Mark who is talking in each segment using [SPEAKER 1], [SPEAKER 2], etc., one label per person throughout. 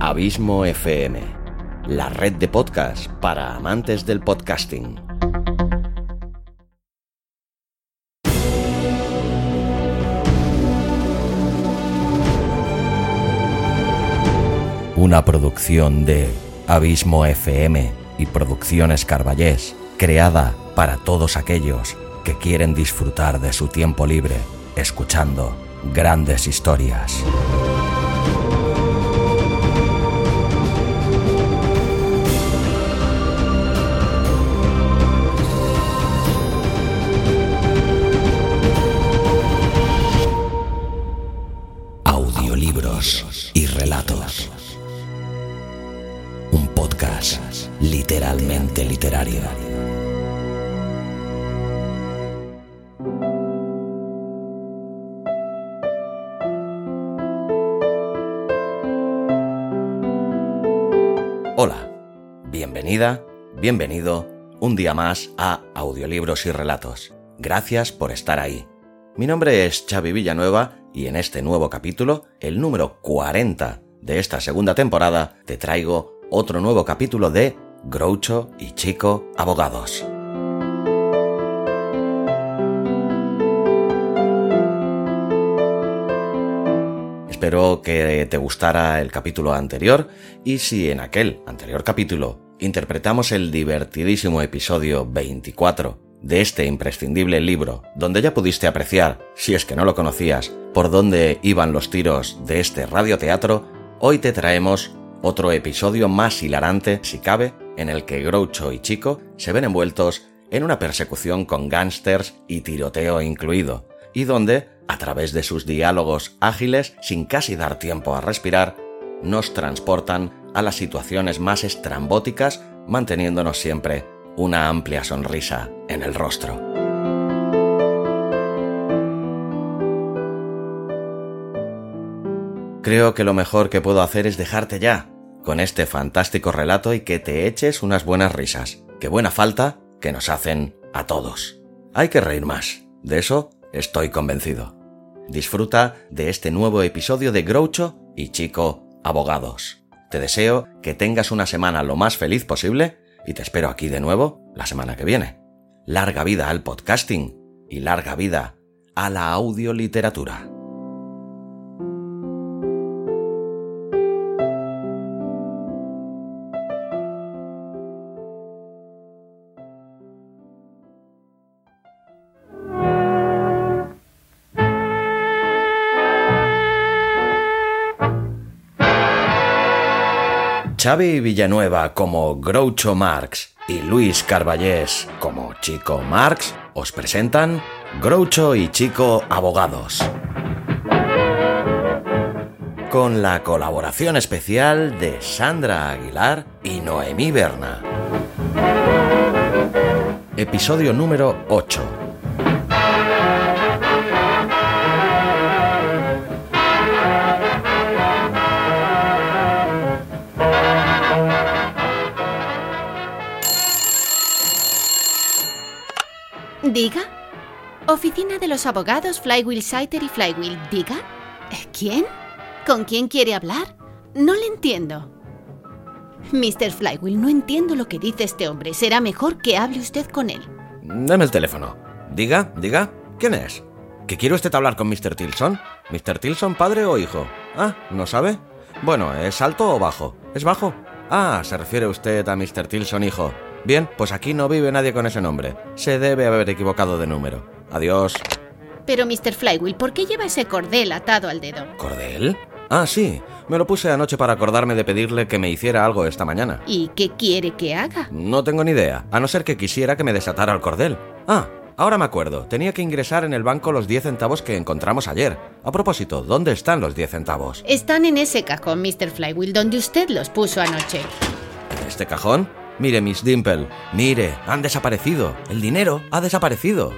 [SPEAKER 1] Abismo FM, la red de podcast para amantes del podcasting. Una producción de Abismo FM y Producciones Carballés, creada para todos aquellos que quieren disfrutar de su tiempo libre escuchando grandes historias. Audiolibros y relatos. Un podcast literalmente literario. Hola, bienvenida, bienvenido un día más a Audiolibros y Relatos. Gracias por estar ahí. Mi nombre es Xavi Villanueva y en este nuevo capítulo, el número 40 de esta segunda temporada, te traigo otro nuevo capítulo de Groucho y Chico Abogados. Espero que te gustara el capítulo anterior y si en aquel anterior capítulo interpretamos el divertidísimo episodio 24 de este imprescindible libro, donde ya pudiste apreciar, si es que no lo conocías, por dónde iban los tiros de este radioteatro, hoy te traemos otro episodio más hilarante, si cabe, en el que Groucho y Chico se ven envueltos en una persecución con gángsters y tiroteo incluido, y donde, a través de sus diálogos ágiles, sin casi dar tiempo a respirar, nos transportan a las situaciones más estrambóticas, manteniéndonos siempre una amplia sonrisa en el rostro. Creo que lo mejor que puedo hacer es dejarte ya con este fantástico relato y que te eches unas buenas risas. Qué buena falta que nos hacen a todos. Hay que reír más, de eso estoy convencido. Disfruta de este nuevo episodio de Groucho y Chico Abogados. Te deseo que tengas una semana lo más feliz posible y te espero aquí de nuevo la semana que viene. Larga vida al podcasting y larga vida a la audioliteratura. Xavi Villanueva como Groucho Marx y Luis Carballés como Chico Marx os presentan Groucho y Chico Abogados. Con la colaboración especial de Sandra Aguilar y Noemí Berna. Episodio número 8.
[SPEAKER 2] Diga. Oficina de los abogados Flywheel Saiter y Flywheel. Diga. ¿Eh, ¿Quién? ¿Con quién quiere hablar? No le entiendo. Mr. Flywheel, no entiendo lo que dice este hombre. Será mejor que hable usted con él.
[SPEAKER 1] Deme el teléfono. Diga, diga, ¿quién es? ¿Que quiere usted hablar con Mr. Tilson? ¿Mr. Tilson, padre o hijo? Ah, ¿no sabe? Bueno, ¿es alto o bajo? ¿Es bajo? Ah, se refiere usted a Mr. Tilson, hijo. Bien, pues aquí no vive nadie con ese nombre. Se debe haber equivocado de número. Adiós.
[SPEAKER 2] Pero, Mr. Flywheel, ¿por qué lleva ese cordel atado al dedo?
[SPEAKER 1] ¿Cordel? Ah, sí. Me lo puse anoche para acordarme de pedirle que me hiciera algo esta mañana.
[SPEAKER 2] ¿Y qué quiere que haga?
[SPEAKER 1] No tengo ni idea, a no ser que quisiera que me desatara el cordel. Ah, ahora me acuerdo. Tenía que ingresar en el banco los 10 centavos que encontramos ayer. A propósito, ¿dónde están los 10 centavos?
[SPEAKER 2] Están en ese cajón, Mr. Flywheel, donde usted los puso anoche.
[SPEAKER 1] ¿En este cajón? Mire, Miss Dimple, mire, han desaparecido. El dinero ha desaparecido.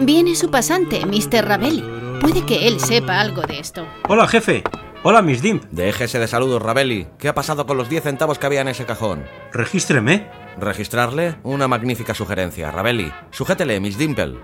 [SPEAKER 2] Viene su pasante, Mr. Rabelli. Puede que él sepa algo de esto.
[SPEAKER 3] Hola, jefe. Hola, Miss Dimp.
[SPEAKER 1] Déjese de saludos, Rabelli. ¿Qué ha pasado con los 10 centavos que había en ese cajón?
[SPEAKER 3] Regístreme.
[SPEAKER 1] ¿Registrarle? Una magnífica sugerencia, Rabelli. Sujétele, Miss Dimple.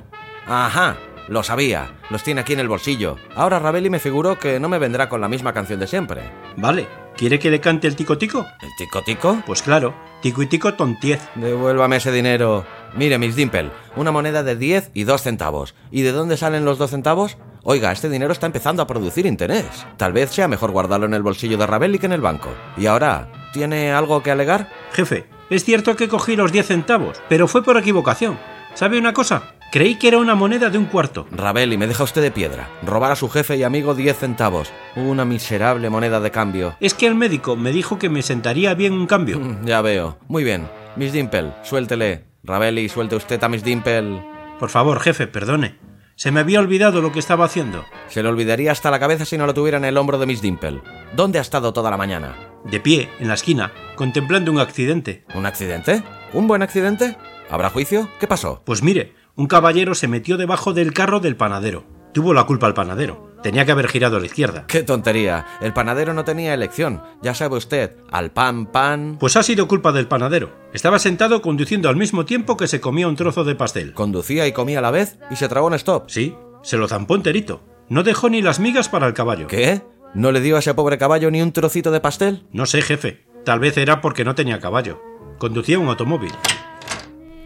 [SPEAKER 1] Ajá, lo sabía. Los tiene aquí en el bolsillo. Ahora Rabelli me figuró que no me vendrá con la misma canción de siempre.
[SPEAKER 3] Vale. ¿Quiere que le cante el tico tico?
[SPEAKER 1] ¿El tico tico?
[SPEAKER 3] Pues claro, tico y tico tontiez.
[SPEAKER 1] Devuélvame ese dinero. Mire, Miss Dimple, una moneda de 10 y 2 centavos. ¿Y de dónde salen los 2 centavos? Oiga, este dinero está empezando a producir interés. Tal vez sea mejor guardarlo en el bolsillo de Rabelli que en el banco. Y ahora, ¿tiene algo que alegar?
[SPEAKER 3] Jefe, es cierto que cogí los 10 centavos, pero fue por equivocación. ¿Sabe una cosa? Creí que era una moneda de un cuarto.
[SPEAKER 1] Rabelli, me deja usted de piedra. Robar a su jefe y amigo 10 centavos. Una miserable moneda de cambio.
[SPEAKER 3] Es que el médico me dijo que me sentaría bien un cambio.
[SPEAKER 1] Mm, Ya veo. Muy bien. Miss Dimple, suéltele. Rabelli, suelte usted a Miss Dimple.
[SPEAKER 3] Por favor, jefe, perdone. Se me había olvidado lo que estaba haciendo.
[SPEAKER 1] Se le olvidaría hasta la cabeza si no lo tuviera en el hombro de Miss Dimple. ¿Dónde ha estado toda la mañana?
[SPEAKER 3] De pie, en la esquina, contemplando un accidente.
[SPEAKER 1] ¿Un accidente? ¿Un buen accidente? ¿Habrá juicio? ¿Qué pasó?
[SPEAKER 3] Pues mire, un caballero se metió debajo del carro del panadero. Tuvo la culpa el panadero. Tenía que haber girado a la izquierda.
[SPEAKER 1] ¡Qué tontería! El panadero no tenía elección. Ya sabe usted, al pan, pan.
[SPEAKER 3] Pues ha sido culpa del panadero. Estaba sentado conduciendo al mismo tiempo que se comía un trozo de pastel.
[SPEAKER 1] Conducía y comía a la vez y se tragó un stop.
[SPEAKER 3] Sí, se lo zampó enterito. No dejó ni las migas para el caballo.
[SPEAKER 1] ¿Qué? ¿No le dio a ese pobre caballo ni un trocito de pastel?
[SPEAKER 3] No sé, jefe. Tal vez era porque no tenía caballo. Conducía un automóvil.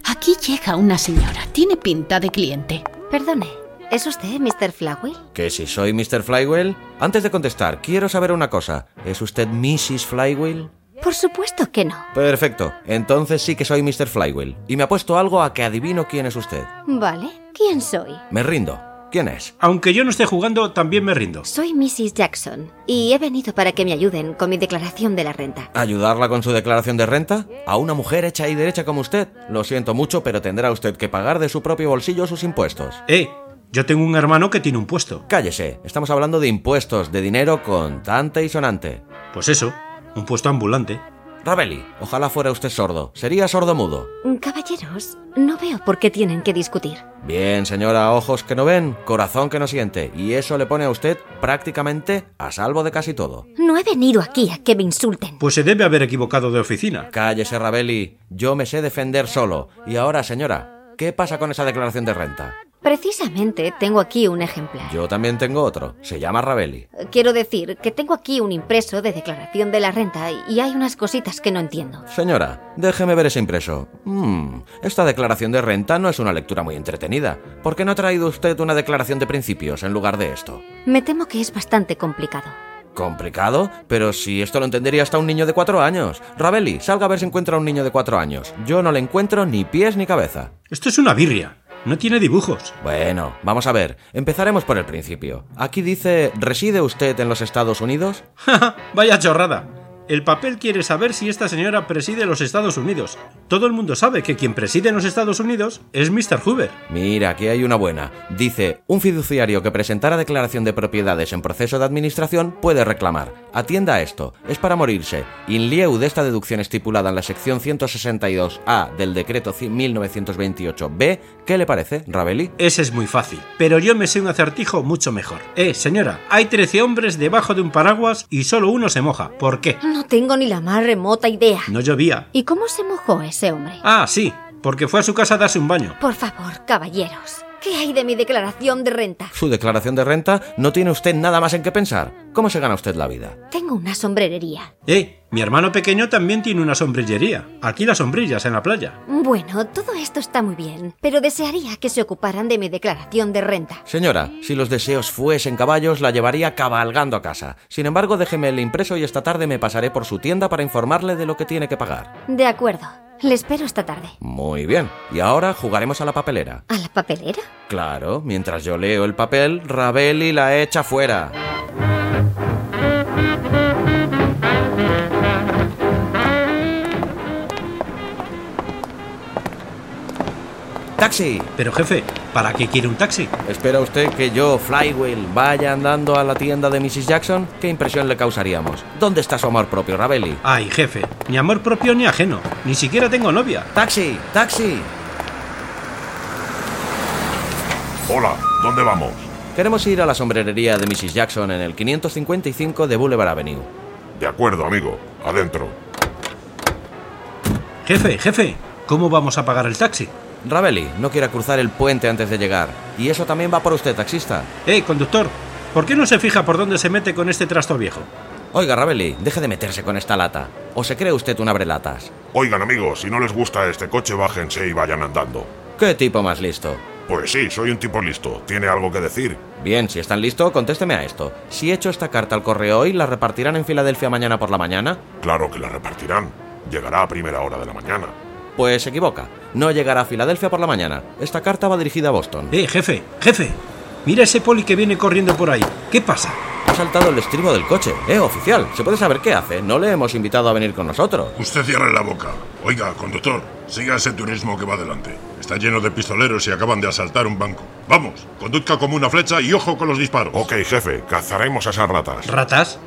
[SPEAKER 2] Aquí llega una señora. Tiene pinta de cliente.
[SPEAKER 4] Perdone, ¿es usted Mr. Flywheel?
[SPEAKER 1] ¿Que si soy Mr. Flywheel? Antes de contestar, quiero saber una cosa. ¿Es usted Mrs. Flywheel?
[SPEAKER 4] Por supuesto que no.
[SPEAKER 1] Perfecto. Entonces sí que soy Mr. Flywheel. Y me apuesto algo a que adivino quién es usted.
[SPEAKER 4] Vale, ¿quién soy?
[SPEAKER 1] Me rindo. ¿Quién es?
[SPEAKER 3] Aunque yo no esté jugando, también me rindo.
[SPEAKER 4] Soy Mrs. Jackson y he venido para que me ayuden con mi declaración de la renta.
[SPEAKER 1] ¿Ayudarla con su declaración de renta? ¿A una mujer hecha y derecha como usted? Lo siento mucho, pero tendrá usted que pagar de su propio bolsillo sus impuestos.
[SPEAKER 3] Eh, yo tengo un hermano que tiene un puesto.
[SPEAKER 1] Cállese, estamos hablando de impuestos, de dinero contante y sonante.
[SPEAKER 3] Pues eso, un puesto ambulante.
[SPEAKER 1] Rabelli, ojalá fuera usted sordo. Sería sordo mudo.
[SPEAKER 4] Caballeros, no veo por qué tienen que discutir.
[SPEAKER 1] Bien, señora, ojos que no ven, corazón que no siente. Y eso le pone a usted prácticamente a salvo de casi todo.
[SPEAKER 4] No he venido aquí a que me insulten.
[SPEAKER 3] Pues se debe haber equivocado de oficina.
[SPEAKER 1] Cállese, Rabelli. Yo me sé defender solo. Y ahora, señora, ¿qué pasa con esa declaración de renta?
[SPEAKER 4] Precisamente tengo aquí un ejemplar.
[SPEAKER 1] Yo también tengo otro. Se llama Rabelli.
[SPEAKER 4] Quiero decir que tengo aquí un impreso de declaración de la renta y hay unas cositas que no entiendo.
[SPEAKER 1] Señora, déjeme ver ese impreso. Mm, esta declaración de renta no es una lectura muy entretenida. ¿Por qué no ha traído usted una declaración de principios en lugar de esto?
[SPEAKER 4] Me temo que es bastante complicado.
[SPEAKER 1] Complicado, pero si esto lo entendería hasta un niño de cuatro años. Rabelli, salga a ver si encuentra un niño de cuatro años. Yo no le encuentro ni pies ni cabeza.
[SPEAKER 3] Esto es una birria. No tiene dibujos.
[SPEAKER 1] Bueno, vamos a ver. Empezaremos por el principio. Aquí dice, ¿reside usted en los Estados Unidos?
[SPEAKER 3] ¡Ja! Vaya chorrada. El papel quiere saber si esta señora preside los Estados Unidos. Todo el mundo sabe que quien preside en los Estados Unidos es Mr. Hoover.
[SPEAKER 1] Mira, aquí hay una buena. Dice, un fiduciario que presentara declaración de propiedades en proceso de administración puede reclamar. Atienda a esto, es para morirse. In lieu de esta deducción estipulada en la sección 162A del decreto 1928B, ¿qué le parece, Rabelli?
[SPEAKER 3] Ese es muy fácil, pero yo me sé un acertijo mucho mejor. Eh, señora, hay 13 hombres debajo de un paraguas y solo uno se moja. ¿Por qué?
[SPEAKER 4] No tengo ni la más remota idea.
[SPEAKER 3] No llovía.
[SPEAKER 4] ¿Y cómo se mojó ese hombre?
[SPEAKER 3] Ah, sí, porque fue a su casa a darse un baño.
[SPEAKER 4] Por favor, caballeros, ¿qué hay de mi declaración de renta?
[SPEAKER 1] Su declaración de renta no tiene usted nada más en qué pensar. ¿Cómo se gana usted la vida?
[SPEAKER 4] Tengo una sombrerería.
[SPEAKER 3] Eh, mi hermano pequeño también tiene una sombrillería. Aquí las sombrillas en la playa.
[SPEAKER 4] Bueno, todo esto está muy bien, pero desearía que se ocuparan de mi declaración de renta.
[SPEAKER 1] Señora, si los deseos fuesen caballos, la llevaría cabalgando a casa. Sin embargo, déjeme el impreso y esta tarde me pasaré por su tienda para informarle de lo que tiene que pagar.
[SPEAKER 4] De acuerdo, le espero esta tarde.
[SPEAKER 1] Muy bien, y ahora jugaremos a la papelera.
[SPEAKER 4] ¿A la papelera?
[SPEAKER 1] Claro, mientras yo leo el papel, Rabelli la echa fuera. ¡Taxi!
[SPEAKER 3] Pero jefe, ¿para qué quiere un taxi?
[SPEAKER 1] ¿Espera usted que yo, Flywheel, vaya andando a la tienda de Mrs. Jackson? ¿Qué impresión le causaríamos? ¿Dónde está su amor propio, Rabelli?
[SPEAKER 3] Ay, jefe, ni amor propio ni ajeno. Ni siquiera tengo novia.
[SPEAKER 1] ¡Taxi! ¡Taxi!
[SPEAKER 5] Hola, ¿dónde vamos?
[SPEAKER 1] Queremos ir a la sombrerería de Mrs. Jackson en el 555 de Boulevard Avenue.
[SPEAKER 5] De acuerdo, amigo. Adentro.
[SPEAKER 3] Jefe, jefe, ¿cómo vamos a pagar el taxi?
[SPEAKER 1] Rabelli no quiera cruzar el puente antes de llegar. Y eso también va por usted, taxista.
[SPEAKER 3] Eh, conductor, ¿por qué no se fija por dónde se mete con este trasto viejo?
[SPEAKER 1] Oiga, Rabelli, deje de meterse con esta lata. ¿O se cree usted un abrelatas?
[SPEAKER 5] Oigan amigos, si no les gusta este coche, bájense y vayan andando.
[SPEAKER 1] ¿Qué tipo más listo?
[SPEAKER 5] Pues sí, soy un tipo listo. ¿Tiene algo que decir?
[SPEAKER 1] Bien, si están listo, contésteme a esto. Si echo esta carta al correo hoy, ¿la repartirán en Filadelfia mañana por la mañana?
[SPEAKER 5] Claro que la repartirán. Llegará a primera hora de la mañana.
[SPEAKER 1] Pues se equivoca. No llegará a Filadelfia por la mañana. Esta carta va dirigida a Boston.
[SPEAKER 3] Eh, jefe, jefe. Mira ese poli que viene corriendo por ahí. ¿Qué pasa?
[SPEAKER 1] Ha saltado el estribo del coche. Eh, oficial, ¿se puede saber qué hace? No le hemos invitado a venir con nosotros.
[SPEAKER 6] Usted cierre la boca. Oiga, conductor, siga ese turismo que va adelante. Está lleno de pistoleros y acaban de asaltar un banco. Vamos, conduzca como una flecha y ojo con los disparos.
[SPEAKER 5] Ok, jefe, cazaremos a esas ratas.
[SPEAKER 3] ¿Ratas?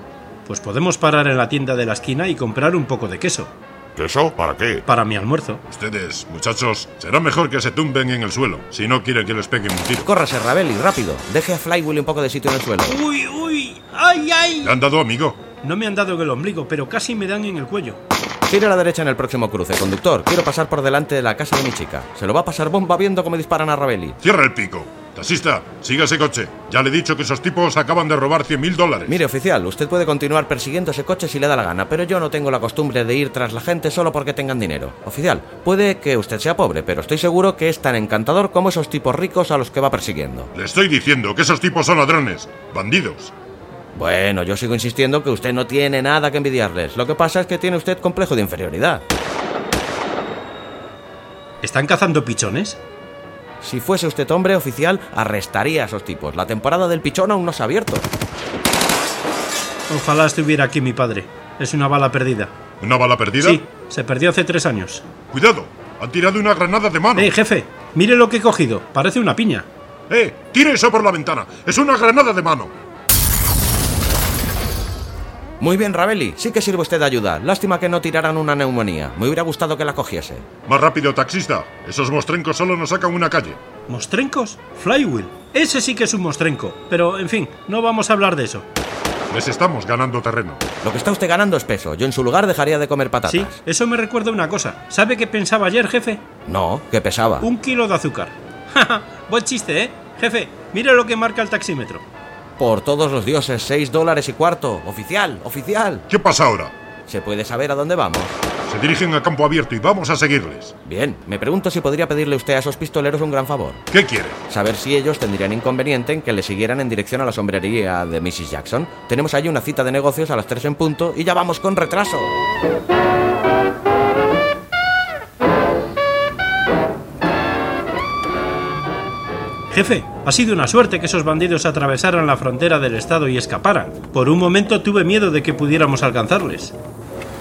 [SPEAKER 3] Pues podemos parar en la tienda de la esquina y comprar un poco de queso.
[SPEAKER 5] ¿Queso? ¿Para qué?
[SPEAKER 3] Para mi almuerzo.
[SPEAKER 6] Ustedes, muchachos, será mejor que se tumben en el suelo si no quieren que les peguen un tiro.
[SPEAKER 1] Córrase, Rabelli, rápido. Deje a Flywheel un poco de sitio en el suelo.
[SPEAKER 3] ¡Uy, uy! ¡Ay, ay!
[SPEAKER 6] ¿Le han dado, amigo?
[SPEAKER 3] No me han dado en el ombligo, pero casi me dan en el cuello.
[SPEAKER 1] Tire a la derecha en el próximo cruce, conductor. Quiero pasar por delante de la casa de mi chica. Se lo va a pasar bomba viendo cómo disparan a Rabelli.
[SPEAKER 6] Cierra el pico. Taxista, siga ese coche. Ya le he dicho que esos tipos acaban de robar 100 mil dólares.
[SPEAKER 1] Mire, oficial, usted puede continuar persiguiendo ese coche si le da la gana, pero yo no tengo la costumbre de ir tras la gente solo porque tengan dinero. Oficial, puede que usted sea pobre, pero estoy seguro que es tan encantador como esos tipos ricos a los que va persiguiendo.
[SPEAKER 6] Le estoy diciendo que esos tipos son ladrones, bandidos.
[SPEAKER 1] Bueno, yo sigo insistiendo que usted no tiene nada que envidiarles. Lo que pasa es que tiene usted complejo de inferioridad.
[SPEAKER 3] ¿Están cazando pichones?
[SPEAKER 1] Si fuese usted hombre oficial, arrestaría a esos tipos. La temporada del pichón aún no se ha abierto.
[SPEAKER 3] Ojalá estuviera aquí mi padre. Es una bala perdida.
[SPEAKER 6] ¿Una bala perdida?
[SPEAKER 3] Sí, se perdió hace tres años.
[SPEAKER 6] Cuidado, han tirado una granada de mano.
[SPEAKER 3] ¡Eh, jefe! Mire lo que he cogido. Parece una piña.
[SPEAKER 6] ¡Eh! ¡Tire eso por la ventana! ¡Es una granada de mano!
[SPEAKER 1] Muy bien, Rabelli, sí que sirve usted de ayuda. Lástima que no tiraran una neumonía. Me hubiera gustado que la cogiese.
[SPEAKER 6] Más rápido, taxista. Esos mostrencos solo nos sacan una calle.
[SPEAKER 3] ¿Mostrencos? Flywheel. Ese sí que es un mostrenco. Pero, en fin, no vamos a hablar de eso.
[SPEAKER 6] Les estamos ganando terreno.
[SPEAKER 1] Lo que está usted ganando es peso. Yo en su lugar dejaría de comer patatas.
[SPEAKER 3] Sí, eso me recuerda una cosa. ¿Sabe qué pensaba ayer, jefe?
[SPEAKER 1] No, que pesaba.
[SPEAKER 3] Un kilo de azúcar. Jaja, Buen chiste, ¿eh? Jefe, mira lo que marca el taxímetro.
[SPEAKER 1] Por todos los dioses, 6 dólares y cuarto. Oficial, oficial.
[SPEAKER 6] ¿Qué pasa ahora?
[SPEAKER 1] ¿Se puede saber a dónde vamos?
[SPEAKER 6] Se dirigen a campo abierto y vamos a seguirles.
[SPEAKER 1] Bien, me pregunto si podría pedirle usted a esos pistoleros un gran favor.
[SPEAKER 6] ¿Qué quieren?
[SPEAKER 1] Saber si ellos tendrían inconveniente en que le siguieran en dirección a la sombrería de Mrs. Jackson. Tenemos allí una cita de negocios a las 3 en punto y ya vamos con retraso.
[SPEAKER 3] Jefe, ha sido una suerte que esos bandidos atravesaran la frontera del Estado y escaparan. Por un momento tuve miedo de que pudiéramos alcanzarles.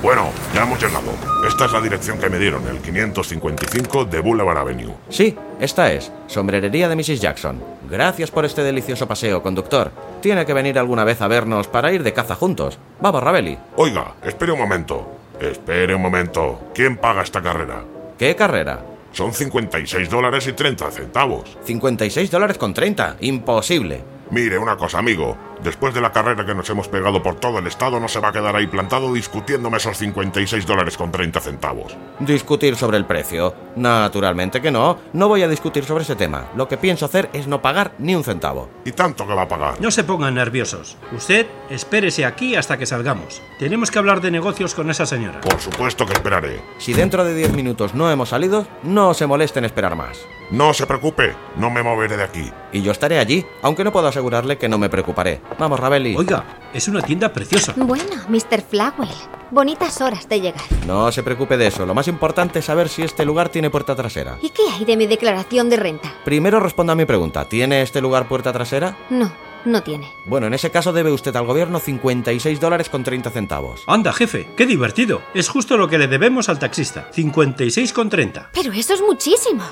[SPEAKER 5] Bueno, ya hemos llegado. Esta es la dirección que me dieron, el 555 de Boulevard Avenue.
[SPEAKER 1] Sí, esta es, Sombrerería de Mrs. Jackson. Gracias por este delicioso paseo, conductor. Tiene que venir alguna vez a vernos para ir de caza juntos. Vamos, Rabelli.
[SPEAKER 5] Oiga, espere un momento. Espere un momento. ¿Quién paga esta carrera?
[SPEAKER 1] ¿Qué carrera?
[SPEAKER 5] Son 56 dólares y 30 centavos.
[SPEAKER 1] 56 dólares con 30. Imposible.
[SPEAKER 5] Mire, una cosa, amigo. Después de la carrera que nos hemos pegado por todo el estado, no se va a quedar ahí plantado discutiéndome esos 56 dólares con 30 centavos.
[SPEAKER 1] Discutir sobre el precio. Naturalmente que no. No voy a discutir sobre ese tema. Lo que pienso hacer es no pagar ni un centavo.
[SPEAKER 5] ¿Y tanto que va a pagar?
[SPEAKER 3] No se pongan nerviosos. Usted, espérese aquí hasta que salgamos. Tenemos que hablar de negocios con esa señora.
[SPEAKER 5] Por supuesto que esperaré.
[SPEAKER 1] Si dentro de 10 minutos no hemos salido, no se molesten en esperar más.
[SPEAKER 5] No se preocupe, no me moveré de aquí.
[SPEAKER 1] Y yo estaré allí, aunque no puedo asegurarle que no me preocuparé. Vamos, Rabelli.
[SPEAKER 3] Oiga, es una tienda preciosa.
[SPEAKER 4] Bueno, Mr. Flagwell, bonitas horas de llegar.
[SPEAKER 1] No se preocupe de eso. Lo más importante es saber si este lugar tiene puerta trasera.
[SPEAKER 4] ¿Y qué hay de mi declaración de renta?
[SPEAKER 1] Primero responda a mi pregunta. ¿Tiene este lugar puerta trasera?
[SPEAKER 4] No, no tiene.
[SPEAKER 1] Bueno, en ese caso debe usted al gobierno 56 dólares con 30 centavos.
[SPEAKER 3] Anda, jefe, qué divertido. Es justo lo que le debemos al taxista. 56,30.
[SPEAKER 4] Pero eso es muchísimo.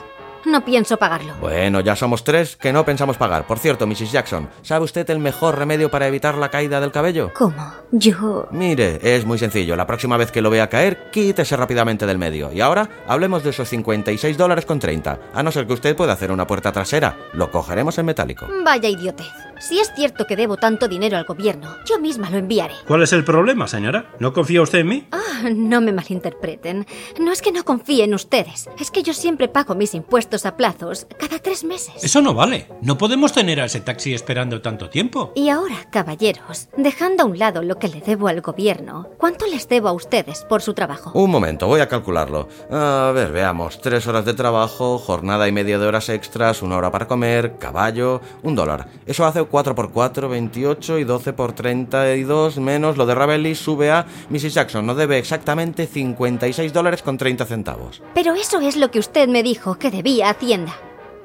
[SPEAKER 4] No pienso pagarlo.
[SPEAKER 1] Bueno, ya somos tres que no pensamos pagar. Por cierto, Mrs. Jackson, ¿sabe usted el mejor remedio para evitar la caída del cabello?
[SPEAKER 4] ¿Cómo? Yo...
[SPEAKER 1] Mire, es muy sencillo. La próxima vez que lo vea caer, quítese rápidamente del medio. Y ahora, hablemos de esos 56 dólares con 30. A no ser que usted pueda hacer una puerta trasera. Lo cogeremos en metálico.
[SPEAKER 4] Vaya idiotez. Si es cierto que debo tanto dinero al gobierno, yo misma lo enviaré.
[SPEAKER 3] ¿Cuál es el problema, señora? ¿No confía usted en mí?
[SPEAKER 4] Ah, no me malinterpreten. No es que no confíe en ustedes. Es que yo siempre pago mis impuestos a plazos, cada tres meses.
[SPEAKER 7] Eso no vale. No podemos tener a ese taxi esperando tanto tiempo.
[SPEAKER 4] Y ahora, caballeros, dejando a un lado lo que le debo al gobierno, ¿cuánto les debo a ustedes por su trabajo?
[SPEAKER 1] Un momento, voy a calcularlo. A ver, veamos. Tres horas de trabajo, jornada y media de horas extras, una hora para comer, caballo, un dólar. Eso hace 4 por 4, 28 y 12 por 32 menos lo de Ravelli sube a Mrs. Jackson. No debe exactamente 56 dólares con 30 centavos.
[SPEAKER 4] Pero eso es lo que usted me dijo que debía a Hacienda.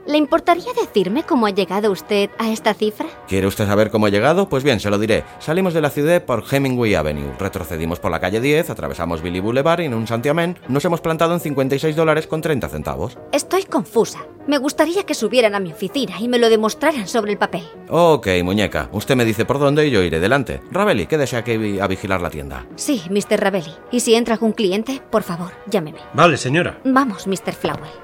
[SPEAKER 4] ¿Le importaría decirme cómo ha llegado usted a esta cifra?
[SPEAKER 1] ¿Quiere usted saber cómo he llegado? Pues bien, se lo diré. Salimos de la ciudad por Hemingway Avenue, retrocedimos por la calle 10, atravesamos Billy Boulevard y en un santiamén nos hemos plantado en 56 dólares con 30 centavos.
[SPEAKER 4] Estoy confusa. Me gustaría que subieran a mi oficina y me lo demostraran sobre el papel.
[SPEAKER 1] Ok, muñeca. Usted me dice por dónde y yo iré delante. Ravelli, quédese aquí vi- a vigilar la tienda.
[SPEAKER 4] Sí, Mr. Ravelli. Y si entra algún cliente, por favor, llámeme.
[SPEAKER 3] Vale, señora.
[SPEAKER 4] Vamos, Mr. Flowell.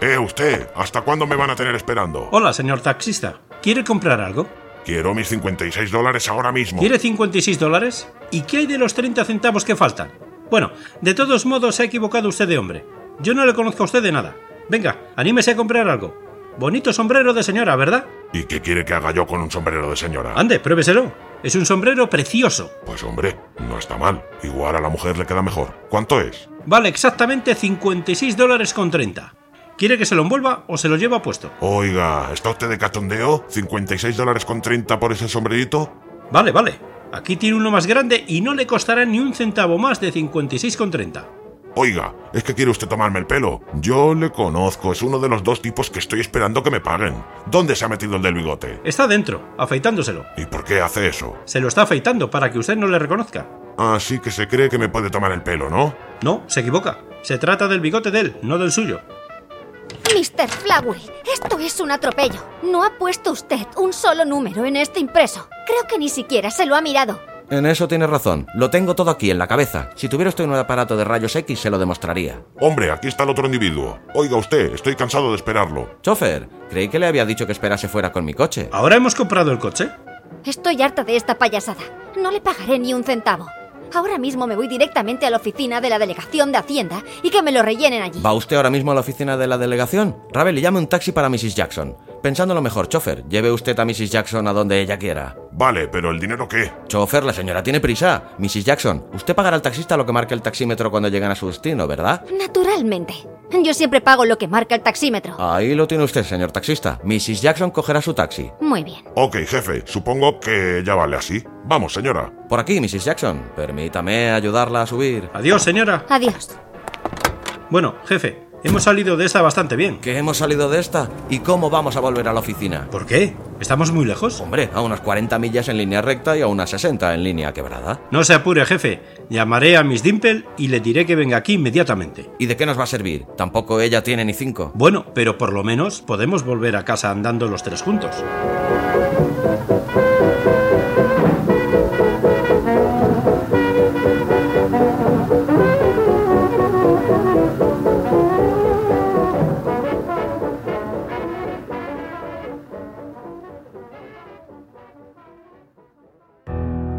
[SPEAKER 5] Eh, usted, ¿hasta cuándo me van a tener esperando?
[SPEAKER 3] Hola, señor taxista. ¿Quiere comprar algo?
[SPEAKER 5] Quiero mis 56 dólares ahora mismo.
[SPEAKER 3] ¿Quiere 56 dólares? ¿Y qué hay de los 30 centavos que faltan? Bueno, de todos modos se ha equivocado usted de hombre. Yo no le conozco a usted de nada. Venga, anímese a comprar algo. Bonito sombrero de señora, ¿verdad?
[SPEAKER 5] ¿Y qué quiere que haga yo con un sombrero de señora?
[SPEAKER 3] Ande, pruébeselo. Es un sombrero precioso.
[SPEAKER 5] Pues hombre, no está mal. Igual a la mujer le queda mejor. ¿Cuánto es?
[SPEAKER 3] Vale exactamente 56 dólares con 30. ¿Quiere que se lo envuelva o se lo lleva puesto?
[SPEAKER 5] Oiga, ¿está usted de catondeo? ¿56 dólares con 30 por ese sombrerito?
[SPEAKER 3] Vale, vale. Aquí tiene uno más grande y no le costará ni un centavo más de 56,30.
[SPEAKER 5] Oiga, es que quiere usted tomarme el pelo. Yo le conozco, es uno de los dos tipos que estoy esperando que me paguen. ¿Dónde se ha metido el del bigote?
[SPEAKER 3] Está dentro, afeitándoselo.
[SPEAKER 5] ¿Y por qué hace eso?
[SPEAKER 3] Se lo está afeitando para que usted no le reconozca.
[SPEAKER 5] Así que se cree que me puede tomar el pelo, ¿no?
[SPEAKER 3] No, se equivoca. Se trata del bigote de él, no del suyo.
[SPEAKER 4] Mr. Flowell, esto es un atropello. No ha puesto usted un solo número en este impreso. Creo que ni siquiera se lo ha mirado.
[SPEAKER 1] En eso tiene razón. Lo tengo todo aquí en la cabeza. Si tuviera usted un aparato de rayos X se lo demostraría.
[SPEAKER 5] Hombre, aquí está el otro individuo. Oiga usted, estoy cansado de esperarlo.
[SPEAKER 1] Chofer, creí que le había dicho que esperase fuera con mi coche.
[SPEAKER 3] Ahora hemos comprado el coche.
[SPEAKER 4] Estoy harta de esta payasada. No le pagaré ni un centavo. Ahora mismo me voy directamente a la oficina de la Delegación de Hacienda y que me lo rellenen allí.
[SPEAKER 1] ¿Va usted ahora mismo a la oficina de la delegación? Ravelli, llame un taxi para Mrs. Jackson. Pensándolo mejor, chofer, lleve usted a Mrs. Jackson a donde ella quiera.
[SPEAKER 5] Vale, pero el dinero qué?
[SPEAKER 1] Chofer, la señora tiene prisa. Mrs. Jackson, usted pagará al taxista lo que marque el taxímetro cuando lleguen a su destino, ¿verdad?
[SPEAKER 4] Naturalmente. Yo siempre pago lo que marca el taxímetro.
[SPEAKER 1] Ahí lo tiene usted, señor taxista. Mrs. Jackson cogerá su taxi.
[SPEAKER 4] Muy bien.
[SPEAKER 5] Ok, jefe, supongo que ya vale así. Vamos, señora.
[SPEAKER 1] Por aquí, Mrs. Jackson. Permítame ayudarla a subir.
[SPEAKER 3] Adiós, señora.
[SPEAKER 4] Adiós.
[SPEAKER 3] Bueno, jefe, hemos salido de esta bastante bien.
[SPEAKER 1] ¿Que hemos salido de esta? ¿Y cómo vamos a volver a la oficina?
[SPEAKER 3] ¿Por qué? ¿Estamos muy lejos?
[SPEAKER 1] Hombre, a unas 40 millas en línea recta y a unas 60 en línea quebrada.
[SPEAKER 3] No se apure, jefe. Llamaré a Miss Dimple y le diré que venga aquí inmediatamente.
[SPEAKER 1] ¿Y de qué nos va a servir? Tampoco ella tiene ni cinco.
[SPEAKER 3] Bueno, pero por lo menos podemos volver a casa andando los tres juntos.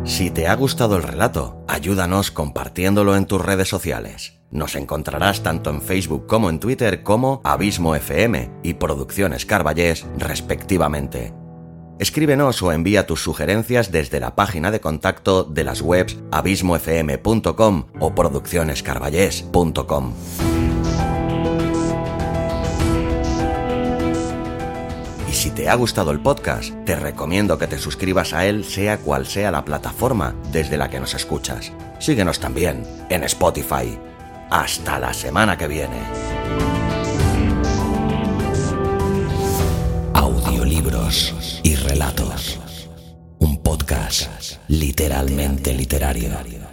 [SPEAKER 1] Si te ha gustado el relato, ayúdanos compartiéndolo en tus redes sociales. Nos encontrarás tanto en Facebook como en Twitter como Abismo FM y Producciones Carballés, respectivamente. Escríbenos o envía tus sugerencias desde la página de contacto de las webs abismofm.com o produccionescarballés.com. Y si te ha gustado el podcast, te recomiendo que te suscribas a él sea cual sea la plataforma desde la que nos escuchas. Síguenos también en Spotify. Hasta la semana que viene. Audiolibros y relatos. Un podcast literalmente literario.